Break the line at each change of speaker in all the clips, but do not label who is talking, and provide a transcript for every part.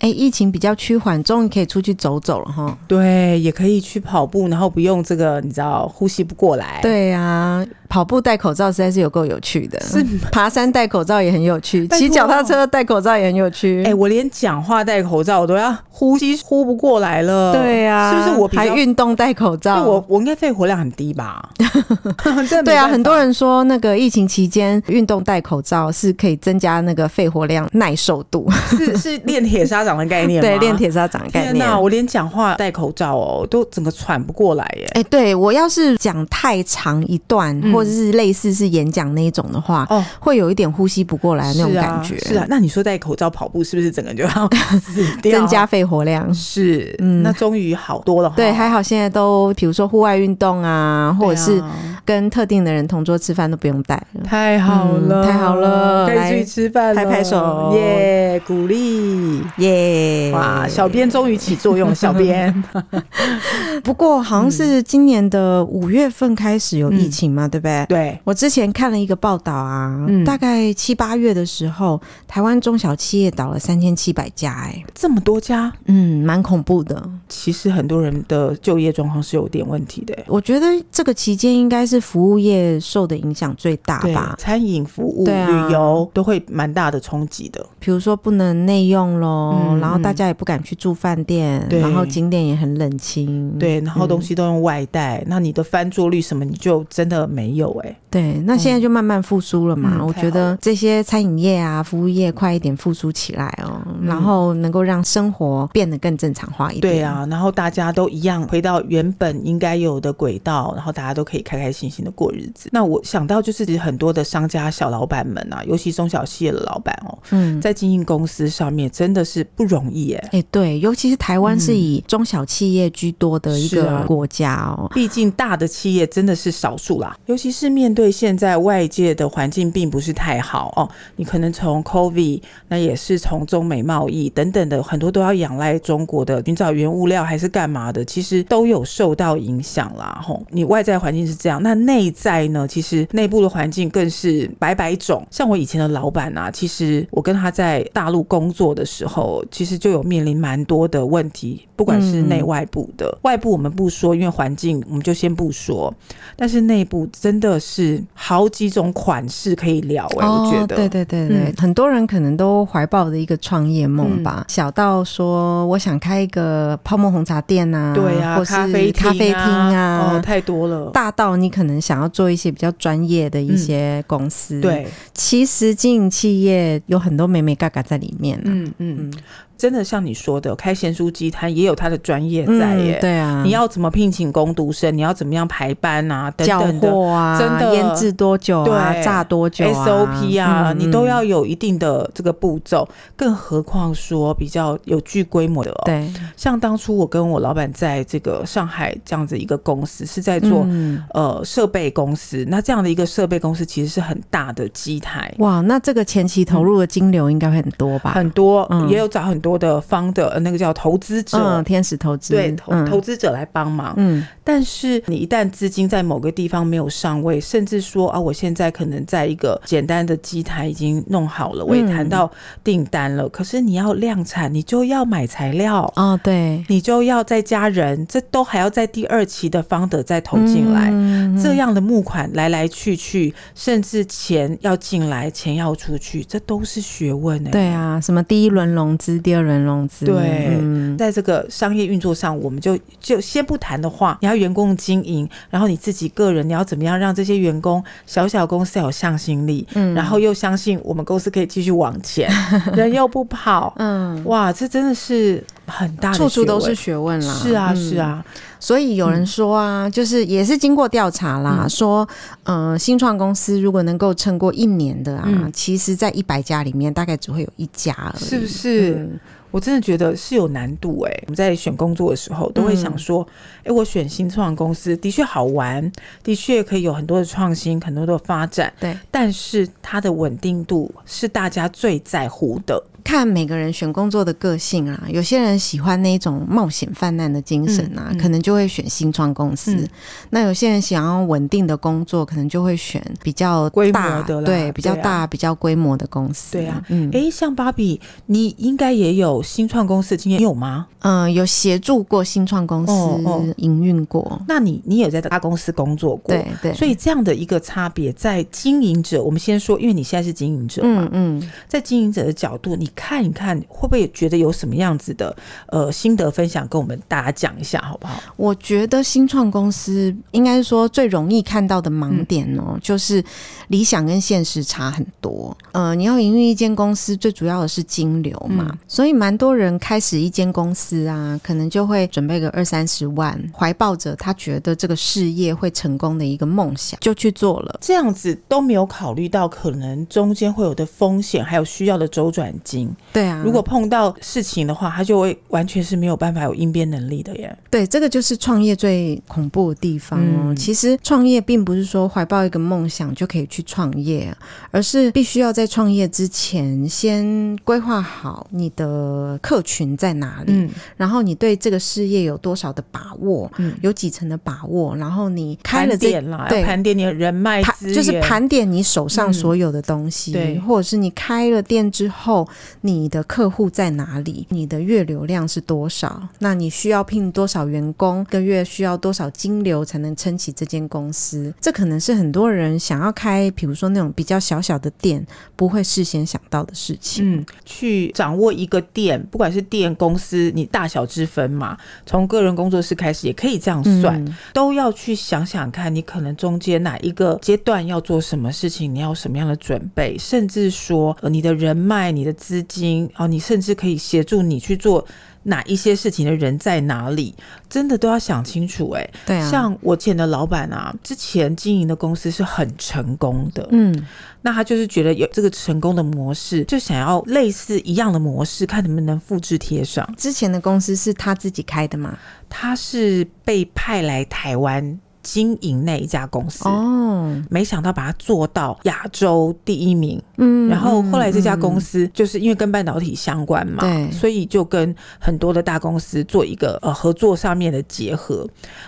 哎，疫情比较趋缓，终于可以出去走走了哈。
对，也可以去跑步，然后不用这个，你知道呼吸不过来。，
对啊，跑步戴口罩实在是有够有趣的，
是
爬山戴口罩也很有趣，
拜托
骑脚踏车戴口罩也很有趣。
哎、我连讲话戴口罩我都要呼吸呼不过来了。
对啊，
是不是我比较
还？运动戴口罩？
那我我应该肺活量很低吧？ 真的没
对啊，
办法
很多人说那个疫情期间运动戴口罩是可以增加那个肺活量耐受度，
是是练铁砂掌的概念 吗
对，练。铁砂掌的概
天
念
哪，。我连讲话戴口罩哦，都整个喘不过来耶。
哎、对我要是讲太长一段，
嗯
或者是类似是演讲那一种的话，
哦，
会有一点呼吸不过来的那种感觉，
是啊。是啊，那你说戴口罩跑步是不是整个就要 死掉？
增加肺活量。
是，啊哦
嗯
那终于好多了哈。
对，还好现在都，比如说户外运动啊，或者
对
是
啊
跟特定的人同桌吃饭都不用戴了。
太好了，
嗯太好了
可以出去吃饭了，
来拍拍手
耶，鼓励。
耶、
哇，小编终于起作 用了，小编
不过好
嗯
像是今年的五月份开始有疫情嘛，对不对？
对，
我之前看了一个报道啊，
嗯
大概七八月的时候，台湾中小企业倒了三千七百家、哎，
这么多家，
嗯，蛮恐怖的。
其实很多人的就业状况是有点问题的。
我觉得这个期间应该是服务业受的影响最大
对
吧，，
餐饮服务、
对啊
旅游都会蛮大的冲击的。
比如说不能内用喽，
嗯
然后大家也不敢去住饭店，
对
然后景点也很冷清，
对，然
嗯
后东西都用外带，那你的翻桌率什么，你就真的没有哎、
对。那现在就慢慢复苏了嘛，
嗯
我觉得这些餐饮业啊、服务业快一点复苏起来哦，然后能够让生活变得更正常化一点。
嗯对，啊，然后大家都一样回到原本应该有的轨道，然后大家都可以开开心心的过日子。那我想到就是很多的商家小老板们啊，尤其中小企业的老板哦，
嗯。
在经营公司上面真的是不容易耶。
哎、对，尤其是台湾是以中小企业居多的一
嗯是
个
啊
国家哦，
毕竟大的企业真的是少数啦，尤其是面对现在外界的环境并不是太好哦，你可能从 COVID，那也是从中美贸易等等的很多都要仰赖中国的寻找原物料还是干嘛的，其实都有受到影响啦。吼，你外在环境是这样，那内在呢？其实内部的环境更是百百种。像我以前的老板啊，其实我跟他在大陆工作的时候，其实就有面临蛮多的问题，不管是
嗯
内外部的。外部我们不说，因为环境我们就先不说，但是内部真的是好几种款式可以聊哎、我觉得
哦对对对对，
嗯
很多人可能都怀抱着一个创业梦吧，小到说我想开一个泡沫红茶店啊，
对啊，
或是
咖啡
咖啡厅啊。
哦，太多了。
大到你可能想要做一些比较专业的一些公司，，
嗯对，
其实经营企业有很多美美嘎嘎在里面、啊，
嗯嗯，真的像你说的，开咸酥鸡摊也有他的专业
嗯，
在耶。
对啊，
你要怎么聘请工读生？你要怎么样排班啊？等
叫
等的
货啊，
真的
腌制多久啊，
对
炸多久啊
SOP 啊，
嗯
你都
嗯
要有一定的这个步骤。更何况说比较有具规模的哦，
对
像当初我跟我老板在这个上海这样子一个公司是在做
嗯
呃设备公司，那这样的一个设备公司其实是很大的机台，
哇，那这个前期投入的金流应该会很多吧？
很多
嗯
也有找很多的方的呃那个叫投资者，
嗯，天使投资
对投
嗯
投资者来帮忙。
嗯
但是你一旦资金在某个地方没有上位，甚至说啊，我现在可能在一个简单的机台已经弄好
嗯
了，我也谈到订单了，可是你要量产，你就要买材料。
哦，对，
你就要再加人，这都还要在第二期的方得再投进来，
嗯
这样的募款来来去去，甚至钱要进来，钱要出去，这都是学问哎、
对啊，什么第一轮融资、第二轮融资，
对
嗯
在这个商业运作上，我们就就先不谈的话，你要员工经营，然后你自己个人，你要怎么样让这些员工小小公司要有向心力，
嗯
然后又相信我们公司可以继续往 前，人又不跑，
嗯，
哇，这真的是很大的
处处都
学问
是学问啦。
是啊
嗯
是，啊，嗯
所以有人说啊，就是也是经过调查啦，说，呃，新创公司如果能够撑过一年的啊，
嗯
其实在一百家里面大概只会有一家而已，
是不是？
嗯？
我真的觉得是有难度哎、我们在选工作的时候，都会
嗯
想说，哎、我选新创公司的确好玩，的确可以有很多的创新，很多的发展，
对，
但是它的稳定度是大家最在乎的。
看每个人选工作的个性啊，有些人喜欢那种冒险泛滥的精神啊，
嗯嗯
可能就会选新创公司；
嗯
那有些人想要稳定的工作，可能就会选比较
规模
大
的啦
对，比较
对啊
大、比较规模的公司。
对啊，
嗯
哎、像芭比，你应该也有新创公司的经验，你有吗？
嗯、有协助过新创公
哦哦
司营运过，
那你你也在大公司工作过，
对对，
所以这样的一个差别，在经营者，我们先说，因为你现在是经营者嘛，
嗯嗯，
在经营者的角度，你看一看，会不会觉得有什么样子的呃心得分享，跟我们大家讲一下，好不好？
我觉得新创公司应该说最容易看到的盲点哦、就是理想跟现实差很多。呃，你要营运一间公司，最主要的是金流嘛，
嗯
所以蛮多人开始一间公司啊，可能就会准备个二三十万，怀抱着他觉得这个事业会成功的一个梦想，就去做了。
这样子都没有考虑到可能中间会有的风险，还有需要的周转金。
对啊，
如果碰到事情的话，他就会完全是没有办法有应变能力的耶。
对，这个就是创业最恐怖的地方哦。
嗯
其实创业并不是说怀抱一个梦想就可以去创业，而是必须要在创业之前先规划好你的客群在哪里，
嗯，
然后你对这个事业有多少的把握，
嗯
有几成的把握，然后你开
盘
了这。
点啦，
对
要盘点你的人脉
盘
资源，
就是盘点你手上所有的东西，
嗯对
或者是你开了店之后，你的客户在哪里，你的月流量是多少？那你需要聘多少员工？一个月需要多少金流才能撑起这间公司？这可能是很多人想要开，比如说那种比较小小的店，不会事先想到的事情。
嗯，去掌握一个店，不管是店公司，你大小之分嘛，从个人工作室开始也可以这样算，
嗯
都要去想想看，你可能中间哪一个阶段要做什么事情，你要有什么样的准备，甚至说、呃、你的人脉、你的资金哦，你甚至可以协助你去做。哪一些事情的人在哪里，真的都要想清楚、欸。
对啊，
像我前的老板啊，之前经营的公司是很成功的，
嗯
那他就是觉得有这个成功的模式，就想要类似一样的模式，看能不能复制贴上。
之前的公司是他自己开的嘛？
他是被派来台湾经营那一家公司。
哦，
没想到把它做到亚洲第一名，
嗯
然后后来这家公
司
司就是因为跟半导体相关嘛，
对
所以就跟很多的大公司做一个呃合作上面的结合，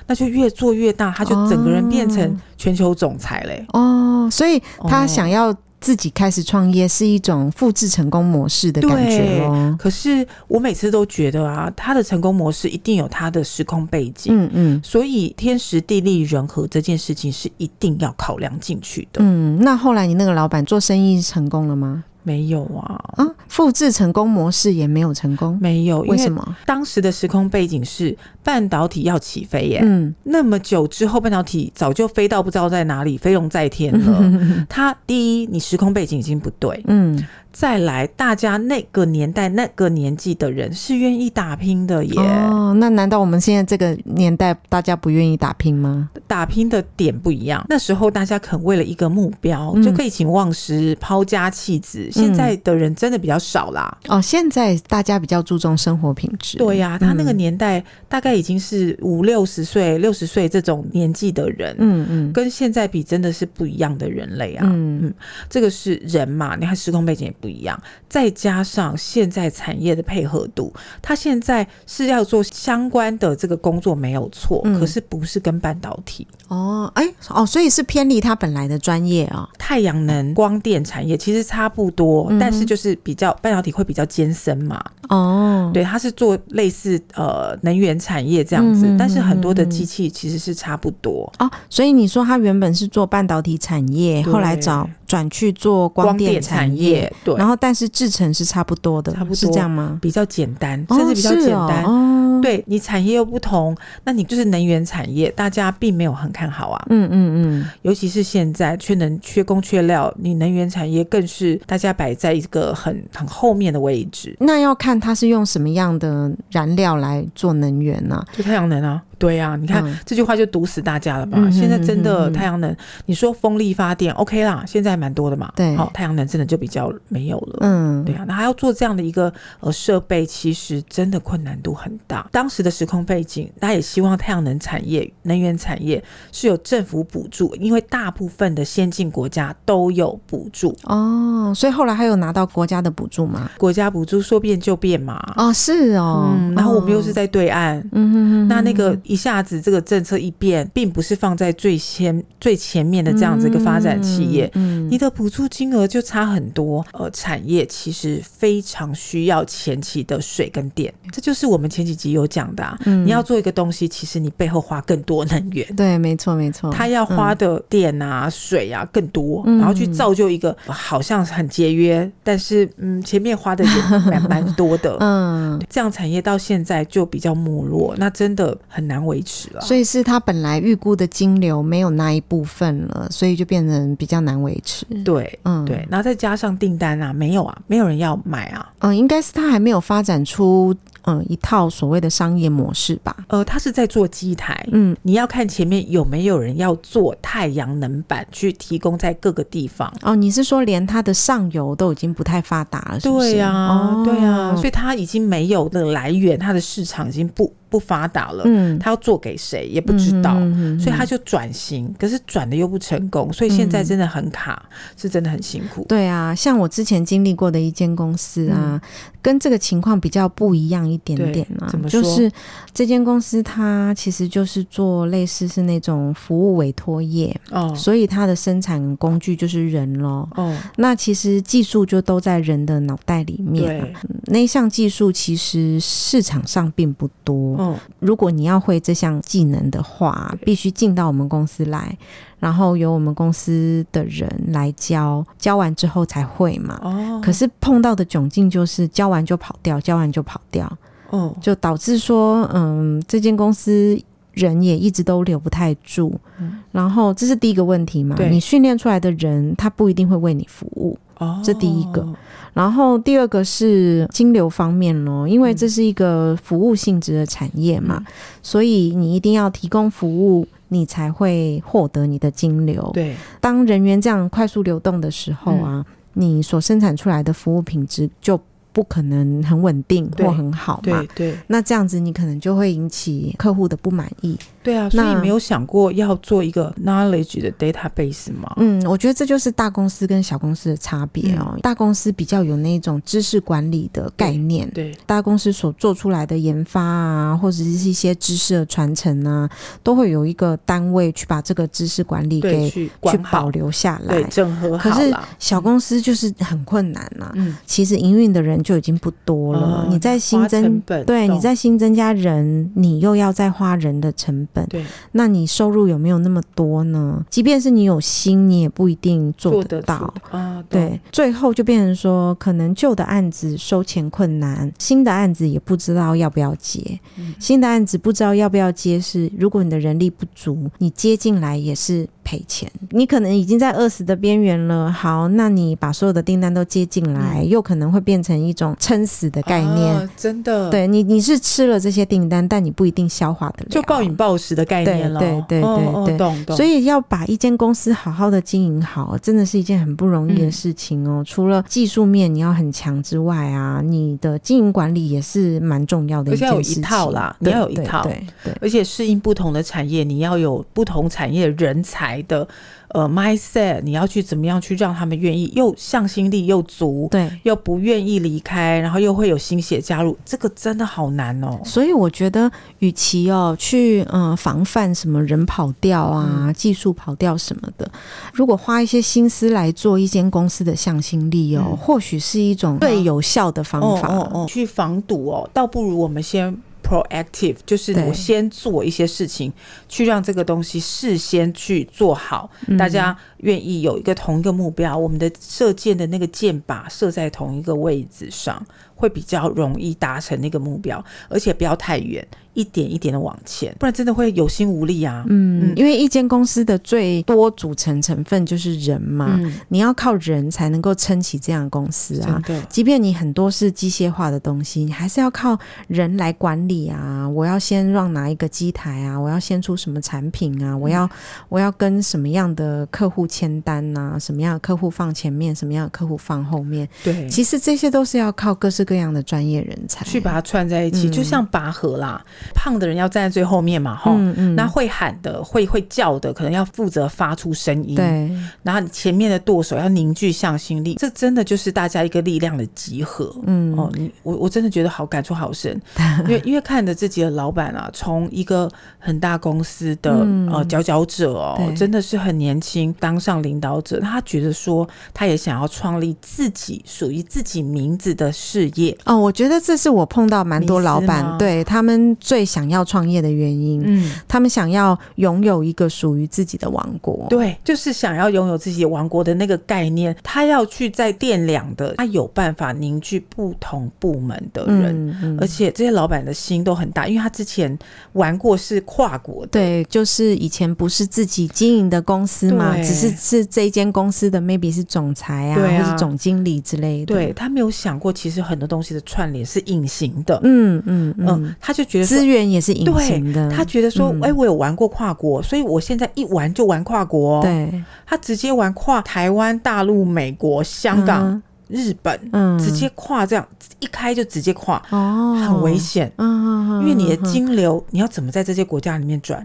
那就越做越大，他就整个人变成全球总裁嘞、
哦，所以他
哦
想要自己开始创业是一种复制成功模式的感觉
对
哦。
可是我每次都觉得啊，他的成功模式一定有他的时空背景，
嗯嗯
所以天时地利人和这件事情是一定要考量进去的。
嗯，那后来你那个老板做生意成功了吗？
没有啊，
啊，复制成功模式也没有成功，
没有，因
为什
为
么？
当时的时空背景是半导体要起飞耶。
嗯
那么久之后，半导体早就飞到不知道在哪里，飞龙在天了。它第一，你时空背景已经不对；
嗯，
再来，大家那个年代、那个年纪的人是愿意打拼的耶。
哦，那难道我们现在这个年代大家不愿意打拼吗？
打拼的点不一样。那时候大家肯为了一个目标，
嗯
就可以请忘食、抛家弃子。现在的人真的比较少啦。
哦，现在大家比较注重生活品质。
对呀、他那个
嗯
年代大概已经是五六十岁、六十岁这种年纪的人，
嗯嗯
跟现在比真的是不一样的人类啊。
嗯嗯
这个是人嘛，你看时空背景也不一样，再加上现在产业的配合度，他现在是要做相关的这个工作没有错，
嗯
可是不是跟半导体。
哦，哎、哦，所以是偏离他本来的专业哦。
太阳能、光电产业其实差不多，
嗯哼
但是就是比较半导体会比较艰深嘛。
哦，
对，它是做类似呃能源产业这样子，
嗯哼
但是很多的
嗯哼
机器其实是差不多。
哦，所以你说他原本是做半导体产业，
对
后来找转去做光电产业，
业对，
然后但是制程是差不多的，
差不多
是这样吗？
比较简单，甚至比较
哦是
简单。
哦，哦
对你产业又不同，那你就是能源产业，大家并没有很看好啊。
嗯嗯嗯，
尤其是现在缺能、缺工、缺料，你能源产业更是大家摆在一个很很后面的位置，
那要看他是用什么样的燃料来做能源呢、
就太阳能啊。对啊，你看、
嗯
这句话就毒死大家了吧？
嗯哼
现在真
嗯
的
哼
太阳能，你说风力发电 OK 啦，现在还蛮多的嘛。
对
好、太阳能真的就比较没有了。
嗯，
对啊，那还要做这样的一个呃设备，其实真的困难度很大。当时的时空背景，那也希望太阳能产业、能源产业是有政府补助，因为大部分的先进国家都有补助，
哦，所以后来还有拿到国家的补助吗？
国家补助说变就变嘛。
哦，是哦，
啊嗯，然后我们又是
哦，
在对岸，
嗯哼哼
那那个一下子这个政策一变，并不是放在最先最前面的这样子一个发展企业，，
嗯，嗯
你的补助金额就差很多。呃，产业其实非常需要前期的水跟电，这就是我们前几集有讲的、啊。
嗯
你要做一个东西，其实你背后花更多能源。
对，没错没错，
它要花的电啊、水啊更多，
嗯
然后去造就一个呃好像很节约，但是嗯，前面花的也蛮蛮多 的，
嗯，
这样产业到现在就比较没落，那真的很难维持了。
所以是他本来预估的金流没有那一部分了，所以就变成比较难维持。
对
嗯，
对，，然后再加上订单啊，没有啊，没有人要买啊。
嗯，应该是他还没有发展出嗯一套所谓的商业模式吧？
呃，他是在做机台，
嗯，
你要看前面有没有人要做太阳能板去提供在各个地方。
哦，你是说连它的上游都已经不太发达了，是不是？
对呀、
哦
对呀、所以它已经没有的来源，它的市场已经不不发达了。
嗯，
他要做给谁也不知道，
嗯哼哼哼
所以他就转型，可是转的又不成功，所以现在
嗯
真的很卡，是真的很辛苦。
对啊，像我之前经历过的一间公司啊，跟这个情况比较不一样一点点啊
嗯对怎么，说
就是这间公司它其实就是做类似是那种服务委托业，
哦
所以它的生产工具就是人咯。
哦，
那其实技术就都在人的脑袋里面啊、
对，
那一项技术其实市场上并不多，
哦
如果你要会这项技能的话，必须进到我们公司来，然后由我们公司的人来教，教完之后才会嘛。
哦，
可是碰到的窘境就是教完就跑掉，教完就跑掉，
哦
就导致说，嗯，这间公司人也一直都留不太住。
嗯
然后这是第一个问题嘛，
对
你训练出来的人他不一定会为你服务。
哦，
这第一个然后第二个是金流方面咯，因
嗯
为这是一个服务性质的产业嘛，所以你一定要提供服务，你才会获得你的金流。
对，嗯
当人员这样快速流动的时候啊，你所生产出来的服务品质就不可能很稳定
对
或很好嘛
对。对
那这样子，你可能就会引起客户的不满意。
对啊，所以
那
没有想过要做一个 knowledge 的 database 吗？
嗯，我觉得这就是大公司跟小公司的差别哦。大公司比较有那种知识管理的概念，
嗯对，
大公司所做出来的研发啊，或者是一些知识的传承啊，都会有一个单位去把这个知识管理
对，
给
去
去
管
保
好，
留下
对，
来。
整合
可
好
是
啦。
小公司就是很困难呐、
嗯，
其实营运的人就已经不多了，
哦
嗯你再新
花成
增。
本，哦
对，你
懂
再新增加人，你又要再花人的成本，
对
那你收入有没有那么多呢？即便是你有心，你也不一定做
做
得
得
到。
出啊，懂
对，最后就变成说，可能旧的案子收钱困难，新的案子也不知道要不要接。
嗯
新的案子不知道要不要接是，如果你的人力不足，你接进来也是赔钱。你可能已经在饿死的边缘了，好，那你把所有的订单都接进来，又可能会变成一种撑死的概念。
嗯啊真的，
对你，你是吃了这些订单，但你不一定消化得了。
就暴饮暴食的概念了。
对对对
哦
对
哦、懂懂。
所
以
以要把一间公司好好的经营好，真的是一件很不容易的
嗯
事情哦。除了技术面你要很强之外啊，你的经营管理也是蛮重要的
而且
件
要有
事情。
一套啦
对
你要有一
对
套
对对
而且适应不同的产业，你要有不同产业人才的呃 mindset，你要去怎么样去让他们愿意，又向心力又足，
对。
又不愿意离开，然后又会有心血加入，这个真的好难哦。
所以我觉得，与其哦去嗯、呃防范什么人跑掉啊、
嗯
技术跑掉什么的，如果花一些心思来做一间公司的向心力哦，
嗯
或许是一种最有效的方
哦
法。
哦哦，去防堵哦，倒不如我们先 proactive，就是
对
我先做一些事情，去让这个东西事先去做好，
嗯
大家愿意有一个同一个目标，我们的射箭的那个箭靶射在同一个位置上，会比较容易达成那个目标，而且不要太远，一点一点的往前，不然真的会有心无力啊。
嗯，因为一间公司的最多组成成分就是人嘛，
嗯，
你要靠人才能够撑起这样的公司啊
真。的，
即便你很多是机械化的东西，你还是要靠人来管理啊。我要先让哪一个机台啊？我要先出什么产品
嗯
啊？我要我要跟什么样的客户签单呐、什么样的客户放前面？什么样的客户放后面？
对。
其实这些都是要靠各式各样的专业人才
嗯去把它串在一
嗯
起，就像拔河啦，胖的人要站在最后面嘛，哈、
嗯嗯，
哦那会喊的、会会叫的，可能要负责发出声音。，
对，
然后你前面的舵手要凝聚向心力，这真的就是大家一个力量的集合。
嗯
哦，你我我真的觉得好感触 好深，因为因为看着自己的老板啊，从一个很大公司的、
嗯
呃佼佼者哦
对，
真的是很年轻当上领导者，他觉得说他也想要创立自己属于自己名字的事业。
哦，我觉得这是我碰到蛮多老
迷思吗
板对他们最想要创业的原因。
嗯，
他们想要拥有一个属于自己的王国。
对，就是想要拥有自己王国的那个概念，他要去在掂量的，他有办法凝聚不同部门的人，
嗯，嗯
而且这些老板的心都很大，因为他之前玩过是跨国的，
对，就是以前不是自己经营的公司嘛，
对
只是是这一间公司的 maybe 是总裁啊，
对啊
或是总经理之类的。
对，他没有想过，其实很多东西的串联是隐形的，
嗯嗯
嗯
嗯，
他就觉得说
资源也是隐形的。
他觉得说，
嗯
哎、我有玩过跨国，所以我现在一玩就玩跨国、哦，
对
他直接玩跨台湾、大陆、美国、香港、，日本，
嗯，嗯
直接跨这样一开就直接跨，
哦，
很危。险。
嗯，嗯嗯
因为你的
嗯
金流，你要怎么在这些国家里面转，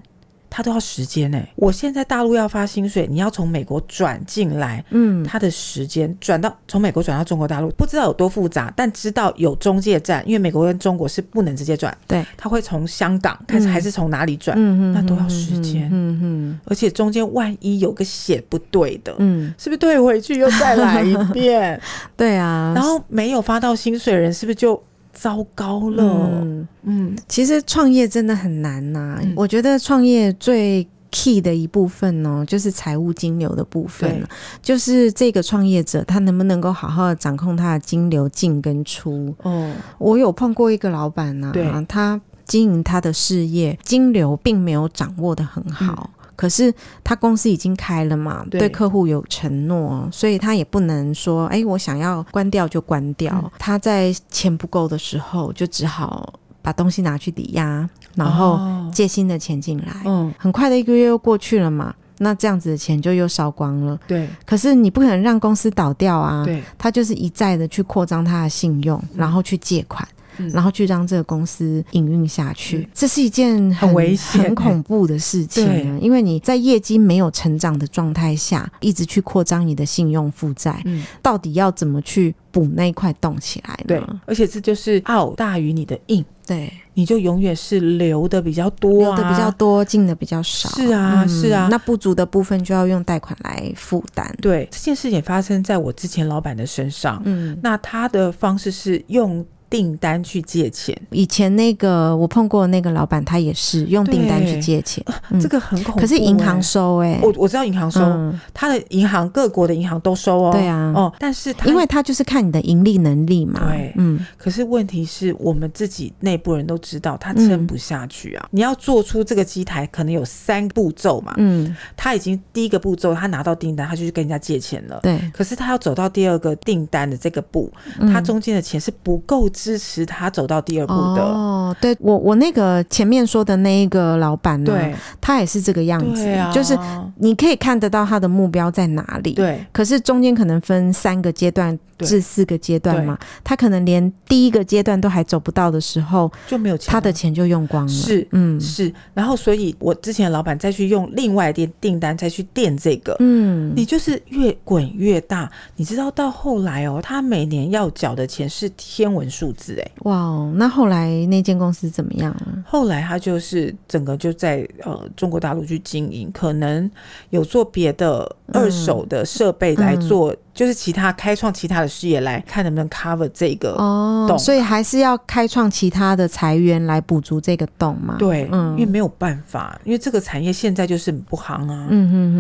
它都要时间呢、我现在大陆要发薪水，你要从美国转进来，
嗯，
它的时间转到从美国转到中国大陆，不知道有多复杂，但知道有中介站，因为美国跟中国是不能直接转，
对，
它会从香港开始，
嗯
还是从哪里转？
嗯嗯，
那都要时间
嗯嗯
而且中间万一有个写不对的，
嗯，
是不是退回去又再来一遍？
嗯对啊。
然后没有发到薪水的人，是不是就糟糕了？
嗯，
嗯
其实创业真的很难呐、
嗯
我觉得创业最 key 的一部分呢、就是财务金流的部分啊、就是这个创业者他能不能够好好的掌控他的金流进跟出。
哦，
我有碰过一个老板呐、
对
他经营他的事业，金流并没有掌握的很好。可是他公司已经开了嘛，
嗯对
对客户有承诺，所以他也不能说，哎，我想要关掉就关掉。
嗯
他在钱不够的时候，就只好把东西拿去抵押，然后
哦
借新的钱进来。
嗯，
很快的一个月又过去了嘛，那这样子的钱就又烧光了。
对
可是你不可能让公司倒掉啊，
对，
他就是一再的去扩张他的信用，然后去借款，
嗯
然后去让这个公司营运下去。
嗯
这是一件很
很危险
很恐怖的事情、啊，因为你在业绩没有成长的状态下，一直去扩张你的信用负债，
嗯
到底要怎么去补那一块洞起来
对
呢？，
而且这就是澳大于你的硬，
对，
你就永远是留的比较多、
留
啊，
的比较多，进的比较少。嗯
是啊是啊
那不足的部分就要用贷款来负担。
对。这件事情发生在我之前老板的身上，
嗯，
那他的方式是用订单去借钱，
以前那个我碰过的那个老板，他也是用订单去借钱，嗯
这个很恐怖、
可是银行
欸
收哎、
我我知道银行收，
嗯
他的银行各国的银行都收哦，
对啊
哦，但是他
因为他就是看你的盈利能力嘛。
对
嗯，
可是问题是我们自己内部人都知道他撑不下去啊，你要做出这个机台，可能有三步骤嘛，
嗯，
他已经第一个步骤他拿到订单，他就去跟人家借钱了。
对，
可是他要走到第二个订单的这个步，
嗯
他中间的钱是不够支持他走到第二步的。
哦，对我我那个前面说的那一个老板呢、
对，
他也是这个样子，
对啊，
就是你可以看得到他的目标在哪里。。
对
可是中间可能分三个阶段
对
至四个阶段嘛，他可能连第一个阶段都还走不到的时候，
就没有钱了。
他的钱就用光了。
是
嗯
是，然后所以我之前的老板再去用另外的订单再去垫这个。
嗯，
你就是越滚越大，你知道到后来哦，他每年要缴的钱是天文数字哎。
哇哦，那后来那间公司怎么样啊？
后来他就是整个就在呃中国大陆去经营，可能有做别的
嗯
二手的设备来
嗯
做就是其他开创其他的事业来看能不能 cover 这个。
哦
懂，
所以还是要开创其他的财源来补足这个洞嘛。
对，
嗯
因为没有办法，因为这个产业现在就是很不行啊。
嗯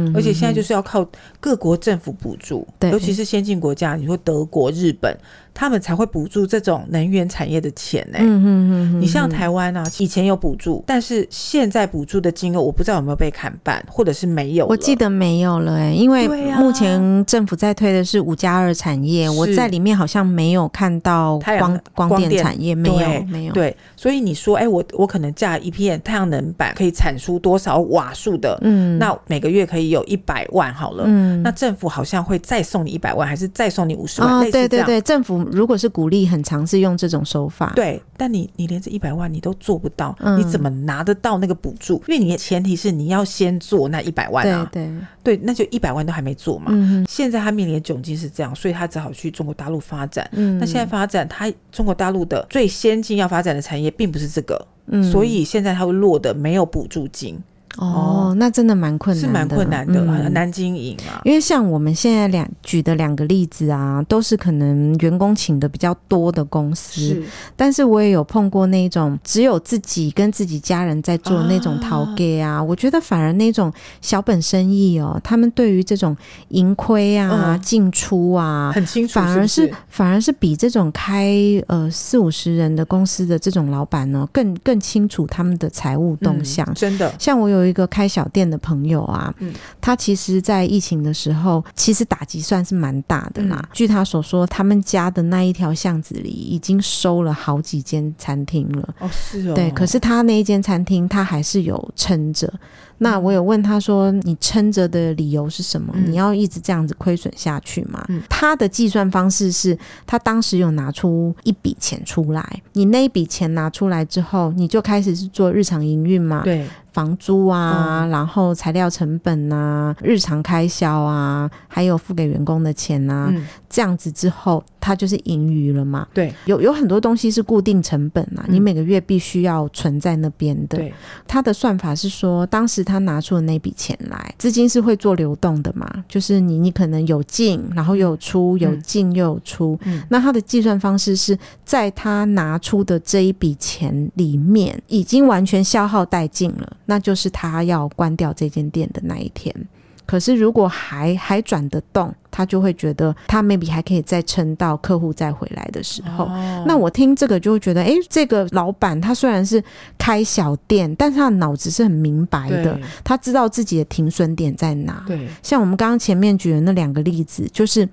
嗯嗯，
而且现在就是要靠各国政府补助，
对
尤其是先进国家，你说德国、日本，他们才会补助这种能源产业的钱呢、
嗯嗯嗯，
你像台湾啊，以前有补助，但是现在补助的金额我不知道有没有被砍半，或者是没有了。
我记得没有了哎、因为
对啊
目前政府在推的是五加二产业，
是
我在里面好像没有看到
太阳
光光
光
电
电
产业，没
对
有没有。
对，所以你说，哎、我我可能架一片太阳能板可以产出多少瓦数的？
嗯，
那每个月可以有一百万好了，
嗯
那政府好像会再送你一百万，还是再送你五十万？
哦
类，似
对
这
对
样。
对，政府如果是鼓励，很尝试用这种手法。，
对，但你你连这一百万你都做不到，
嗯
你怎么拿得到那个补助？因为你的前提是你要先做那一百万
对
啊，
对，
对那就一百万都还没做嘛。
嗯
现在他面临的窘境是这样，所以他只好去中国大陆发展。
嗯
那现在发展，他中国大陆的最先进要发展的产业并不是这个，
嗯
所以现在他会落的没有补助金，
哦，那真的蛮困难
是
的，
蛮困难的，
嗯
很难经营啊。
因为像我们现在两举的两个例子啊，都是可能员工请的比较多的公司，但是我也有碰过那种只有自己跟自己家人在做那种淘 gay 啊，我觉得反而那种小本生意哦，他们对于这种盈亏啊、
嗯
进出啊。
很清楚，
反而
是
是反而是比这种开呃四五十人的公司的这种老板呢，更更清楚他们的财务
不是
动向
嗯，真 的
像我有一个开小店的朋友啊，
嗯
他其实，在疫情的时候，其实打击算是蛮大的啦。
嗯
据他所说，他们家的那一条巷子里已经收了好几间餐厅了。
哦，是哦，
对，可是他那一间餐厅，他还是有撑着。
嗯
那我有问他说：“你撑着的理由是什么？
嗯
你要一直这样子亏损下去吗？”
嗯
他的计算方式是他当时有拿出一笔钱出来，你那一笔钱拿出来之后，你就开始是做日常营运嘛？
对，
房租啊，
嗯
然后材料成本啊，日常开销啊，还有付给员工的钱啊，
嗯，
这样子之后，它就是盈余了嘛。
对
有有很多东西是固定成本啊，
嗯
你每个月必须要存在那边的。
对，
他的算法是说，当时他拿出的那笔钱来，资金是会做流动的嘛，就是你你可能有进，然后又有出，有进又有出。
嗯
那他的计算方式是在他拿出的这一笔钱里面，已经完全消耗殆尽了，那就是他要关掉这间店的那一天。可是如果还还转得动，他就会觉得他 maybe 还可以再撑到客户再回来的时候。
哦
那我听这个就会觉得，诶，这个老板他虽然是开小店，但是他的脑子是很明白的，
对
他知道自己的停损点在哪。
对，
像我们刚刚前面举的那两个例子，就是。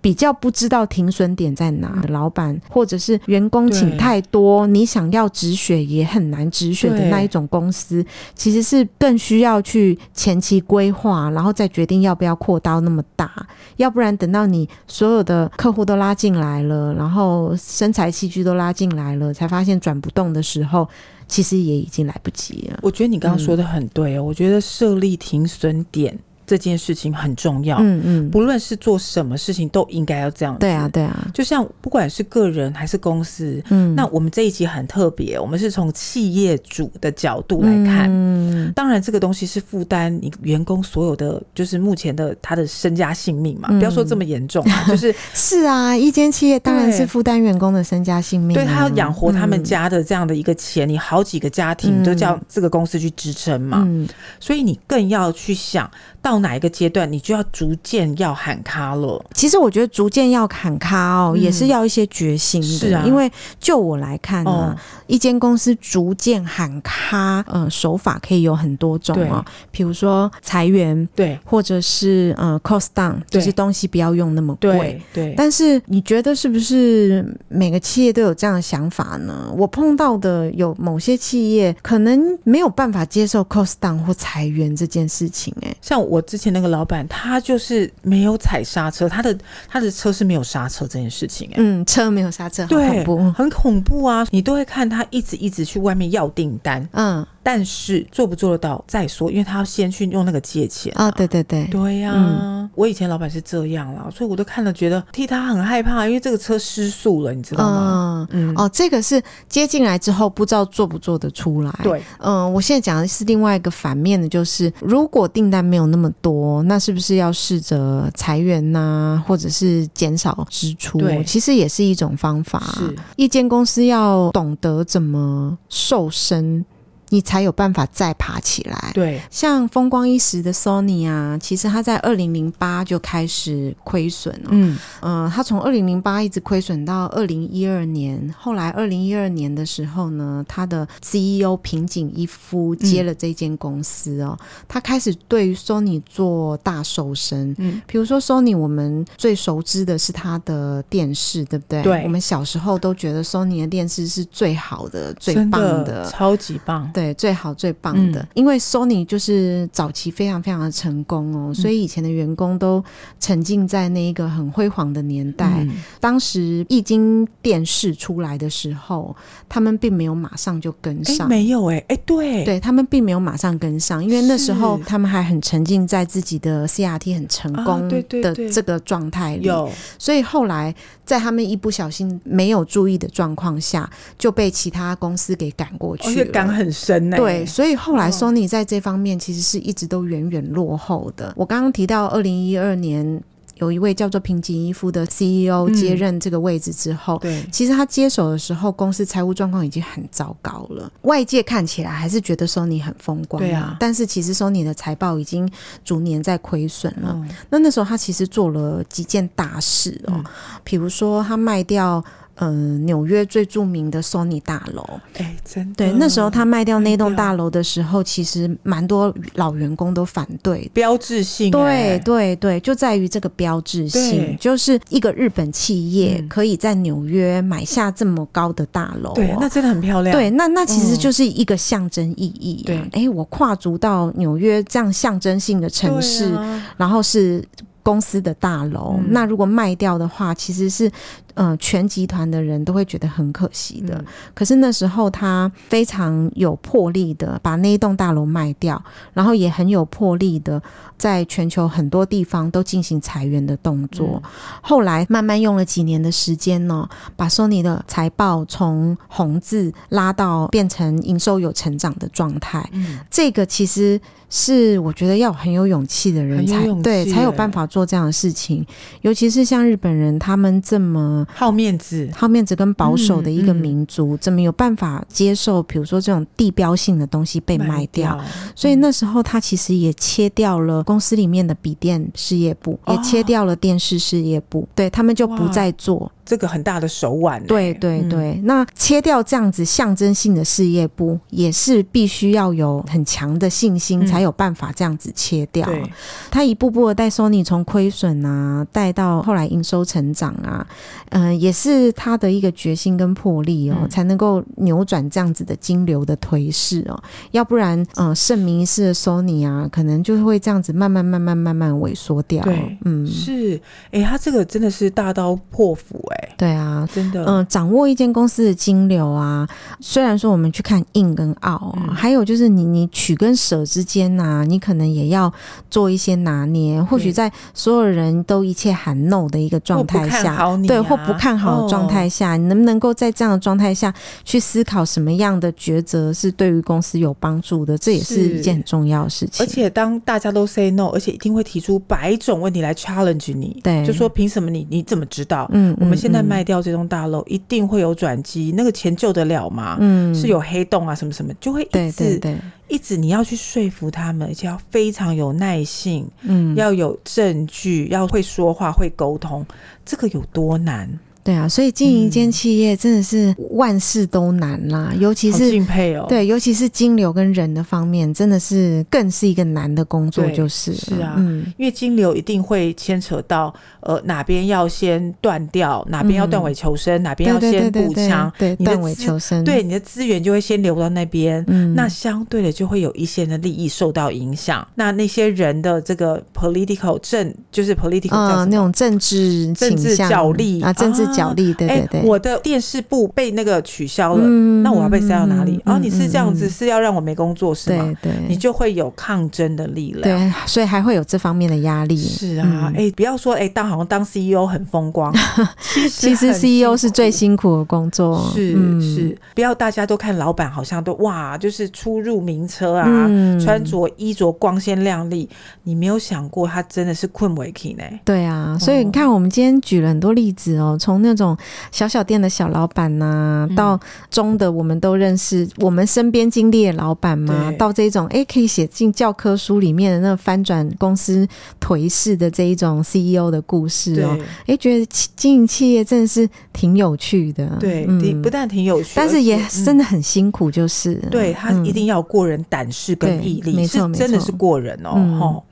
比较不知道停损点在哪的老板，或者是员工请
对
太多，你想要止血也很难止血的
对
那一种公司，其实是更需要去前期规划，然后再决定要不要扩到那么大。要不然等到你所有的客户都拉进来了，然后身材器具都拉进来了，才发现转不动的时候，其实也已经来不及了。
我觉得你刚
嗯
刚说的很对哦，我觉得设立停损点这件事情很重要，
嗯嗯，
不论是做什么事情都应该要这样。
对啊，对啊，
就像不管是个人还是公司，
嗯，
那我们这一集很特别，我们是从企业主的角度来看。
嗯
当然，这个东西是负担你员工所有的，就是目前的他的身家性命嘛。
嗯
不要说这么严重 啊，就是
是啊，一间企业当然
对
是负担员工的身家性命啊、
对他要养活他们
嗯
家的这样的一个钱，你好几个家庭
嗯
都叫这个公司去支撑嘛。
嗯，
所以你更要去想到哪一个阶段，你就要逐渐要喊卡了。
其实我觉得逐渐要砍咖哦，
嗯
也是要一些决心的。
是啊
因为就我来看啊，
哦
一间公司逐渐喊咖，呃，手法可以有很多种
对
哦，比如说裁员，
对
或者是呃 cost down，就
对
是东西不要用那么贵。
对对，
但是你觉得是不是每个企业都有这样的想法呢？我碰到的有某些企业可能没有办法接受 cost down 或裁员这件事情、欸，
像我之前那个老板，他就是没有踩刹车，他的他的车是没有刹车这件事情、哎、
嗯，车没有刹车，好恐
对，
怖，
很恐怖啊！你都会看他一直一直去外面要订单，
嗯
但是做不做得到再说，因为他要先去用那个借钱
啊，对对对，
对呀、
嗯
我以前老板是这样啦，所以我都看了觉得替他很害怕，因为这个车失速了，你知道吗？
嗯嗯，哦，这个是接进来之后不知道做不做得出来。，
对，
嗯，我现在讲的是另外一个反面的，就是如果订单没有那么多，那是不是要试着裁员呐、或者是减少支出？
对
其实也是一种方法。啊
是，
一间公司要懂得怎么瘦身，你才有办法再爬起来。
对，
像风光一时的 Sony 啊，其实它在二零零八就开始亏损了。
嗯，
嗯，它从二零零八一直亏损到二零一二年，后来二零一二年的时候呢，它的 CEO 平井一夫接了这间公司哦，他开始对于 Sony 做大瘦身。
嗯
嗯，比如说 Sony，我们最熟知的是它的电视，对不对？
对
我们小时候都觉得 Sony 的电视是最好的、最
真
棒
的超级棒，
对，最好最棒的，
嗯
因为 Sony 就是早期非常非常的成功哦，
嗯
所以以前的员工都沉浸在那一个很辉煌的年代。
嗯
当时液晶电视出来的时候，他们并没有马上就跟
哎，
上。
没有哎，哎，对，
对他们并没有马上跟上，因为那时候
是
他们还很沉浸在自己的 CRT 很成
啊
功
对对
的
对
这个状态里，
有哦
所以后来在他们一不小心没有注意的状况下，就被其他公司给赶过
而
去
且
了。
感很深呢。
对，所以后
哦
来 Sony 在这方面其实是一直都远远落后的。我刚刚提到，二零一二年有一位叫做平井一夫的 CEO
嗯
接任这个位置之后。
对，
其实他接手的时候，公司财务状况已经很糟糕了。外界看起来还是觉得 Sony 很风光，
对啊
但是其实 Sony 的财报已经逐年在亏损了。
嗯，
那那时候他其实做了几件大事哦，比如说他卖掉嗯、呃纽约最著名的 Sony 大楼，
哎，真的，
对，那时候他嗯卖掉那栋
卖掉
大楼的时候，其实蛮多老员工都反对。
标志性
对
哎，
对对，就在于这个标志
对
性，就是一个日本企业
嗯
可以在纽约买下这么高的大楼哦、
对，那真的很漂亮。
对，那那其实
嗯
就是一个象征意义、
对
啊。哎，我跨足到纽约这样象征性的
对啊，
城市，然后是公司的大楼。
嗯
那如果卖掉的话，其实是呃全集团的人都会觉得很可惜的。
嗯
可是那时候他非常有魄力的把那一栋大楼卖掉，然后也很有魄力的在全球很多地方都进行裁员的动作。
嗯
后来慢慢用了几年的时间呢、把 Sony 的财报从红字拉到变成营收有成长的状态。
嗯，
这个其实是我觉得要很有勇气的人
很有
才
勇气
对才有
耶
办法做这样的事情，尤其是像日本人他们这么
好面子，
好面子跟保守的一个
嗯嗯
民族，怎么有办法接受，比如说这种地标性的东西被卖掉？
卖
所以那时候他其实也切掉了公司里面的笔电事业部，
哦
也切掉了电视事业部，对他们就不
哇
再做。
这个很大的手腕欸。
对对
嗯，
对，那切掉这样子象征性的事业部，也是必须要有很强的信心，
嗯
才有办法这样子切掉。
对，
他一步步的带 Sony 从亏损啊，带到后来营收成长啊，嗯、也是他的一个决心跟魄力哦，
嗯
才能够扭转这样子的金流的颓势哦，要不然，嗯、盛名一时的 Sony 啊，可能就会这样子慢慢慢慢慢慢萎缩掉。
对
嗯，
是，哎，他这个真的是大刀破斧，哎，
对啊，
真的，
嗯、掌握一间公司的金流啊，虽然说我们去看硬跟傲啊，
嗯
还有就是你你取跟舍之间呐、你可能也要做一些拿捏。或许
对
在所有人都一切喊 no 的一个
或
状
不
态
看
下，
好你
对
啊哦
或不看好的状态，下，你能不能够在这样的状态下去思考什么样的抉择是对于公司有帮助的？这也是
是
一件很重要的事情。
而且当大家都 say no，而且一定会提出百种问题来 challenge 你，
对
就说凭什么你你怎么知道？
嗯，嗯，
我们现在
嗯
卖掉这栋大楼一定会有转机，那个钱救得了吗？
嗯
是有黑洞啊，什么什么，就会一
对对
直
对，
一直你要去说服他们，而且要非常有耐性，
嗯，
要有证据，要会说话，会沟通，这个有多难？
对啊，所以经营一间
嗯
企业真的是万事都难啦，尤其
好
是
敬佩哦。，
对，尤其是金流跟人的方面，真的是更是一个难的工作，
对
就是了
是啊
嗯，
因为金流一定会牵扯到呃哪边要先断掉，哪边要断尾求生，哪边
对
要
嗯对
先
对对
步枪，
对，
你的
断尾
资
求生，
对，你的资源就会先流到那边。
嗯，
那相对的，就会有一些人的利益受到影响。那那些人的这个 political 政，就是 political 叫什
嗯，
么
那种政治
政
倾
治
向
角力
啊，政治角力，对
哎
对对，
我的电视部被那个取消了，
嗯
那我要被塞到哪里？
嗯
啊，你是这样子
嗯
是要让我没工作是吗
对？对，
你就会有抗争的力量。
对，嗯所以还会有这方面的压力。
是啊，哎、不要说哎、当好像当 CEO 很 风光，其实
其实
很辛
CEO 是
苦
最辛苦的工作，
是、
嗯
是，不要大家都看老板好像都哇，就是出入名车啊，
嗯
穿着衣着光鲜亮丽，你没有想过他真的是困维 k 呢？
对啊，所以你
哦
看，我们今天举了很多例子哦，从那种小小店的小老板呐、
嗯
到中的我们都认识，我们身边经历的老板嘛，
对
到这种诶可以写进教科书里面的那个翻转公司颓势的这一种 CEO 的故事
对、
哦，诶，觉得企经营企业真的是挺有趣的，嗯
对，挺不但挺有趣，
但
而
是也
且嗯
真的很辛苦，就是、
对他
嗯
一定要过人胆识跟
对
毅力，
没
是
错没
真的
错
是过人哦。
嗯
吼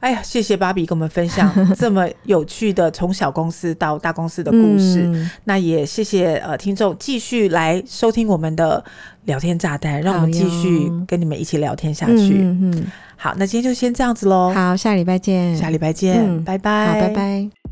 哎呀，谢谢芭比跟我们 分享这么有趣的从小公司到大公司的故事。
嗯
那也谢谢呃听众继续来收听我们的聊天炸弹，让我们
好
继续
哟
跟你们一起聊天下去。
嗯嗯
好，那今天就先这样子喽
嗯，，好，下礼拜见，
下礼拜见，
嗯
拜拜，
好，拜。拜。